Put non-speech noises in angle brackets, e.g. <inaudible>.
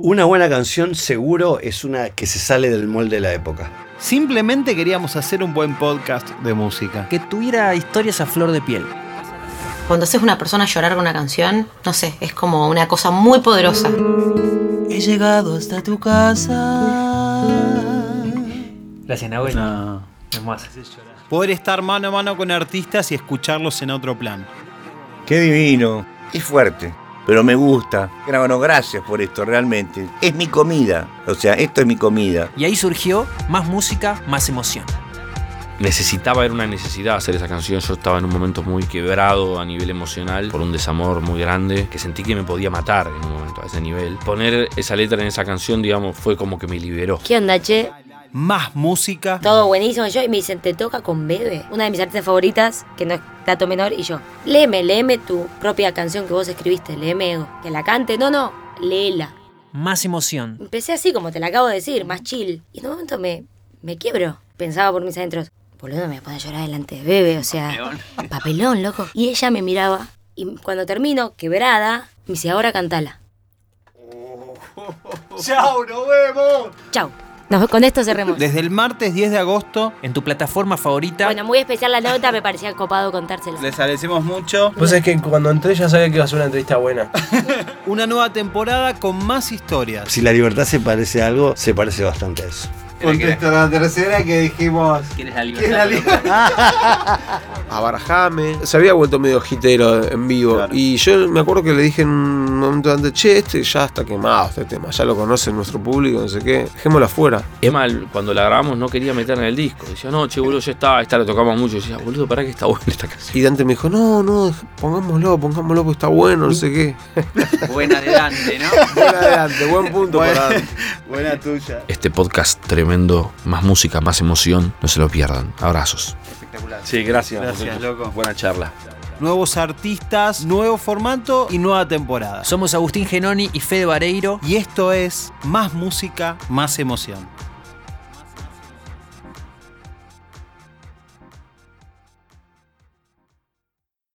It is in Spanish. Una buena canción seguro es una que se sale del molde de la época. Simplemente queríamos hacer un buen podcast de música. Que tuviera historias a flor de piel. Cuando haces una persona llorar con una canción, no sé, es como una cosa muy poderosa. He llegado hasta tu casa. Gracias, Nahuel. No. Hermosa. Poder estar mano a mano con artistas y escucharlos en otro plan. Qué divino. Es fuerte. Pero me gusta. Bueno, bueno, gracias por esto, realmente. Es mi comida. O sea, esto es mi comida. Y ahí surgió más música, más emoción. necesitaba, era una necesidad hacer esa canción. Yo estaba en un momento muy quebrado a nivel emocional por un desamor muy grande que sentí que me podía matar en un momento a ese nivel. Poner esa letra en esa canción, digamos, fue como que me liberó. ¿Qué onda, che? Más música. Todo buenísimo. Yo, y me dicen, te toca con Bebe. Una de mis artistas favoritas, que no es dato menor, y yo, léeme, léeme tu propia canción que vos escribiste, léeme que la cante. No, no, léela. Más emoción. Empecé así, como te la acabo de decir, más chill. Y en un momento me, me quiebro. Pensaba por mis adentros, boludo, me voy a poner a llorar delante de Bebe, o sea, <laughs> papelón. loco. Y ella me miraba, y cuando termino, quebrada, me dice, <laughs> ahora cantala. ¡Chao, nos vemos! Chau. Nos, con esto cerremos. Desde el martes 10 de agosto. En tu plataforma favorita. Bueno, muy especial la nota, me parecía copado contársela. Les agradecemos mucho. Pues es que cuando entré ya sabía que iba a ser una entrevista buena. <laughs> Una nueva temporada con más historias. Si la libertad se parece a algo, se parece bastante a eso. Contestó la tercera que dijimos. ¿Quieres la libertad? Abarajame. Se había vuelto medio hitero en vivo. Y yo me acuerdo que le dije en un momento antes, che, este ya está quemado, este tema. Ya lo conoce nuestro público, no sé qué. Dejémoslo afuera. Es mal, cuando la grabamos no quería meterla en el disco. Decía, no, che, boludo, ya está, esta la tocamos mucho. Decía, boludo, pará que está buena esta canción. Y Dante me dijo, no, no, pongámoslo, pongámoslo porque está bueno, no sé qué. Buena adelante, ¿no? Buen adelante, buen punto para Dante. Buena tuya. Este podcast tremendo, más música, más emoción, no se lo pierdan. Abrazos. Espectacular. Sí, gracias. Gracias, loco. Buena charla. Nuevos artistas, nuevo formato y nueva temporada. Somos Agustín Genoni y Fede Vareiro. Y esto es Más Música, Más Emoción.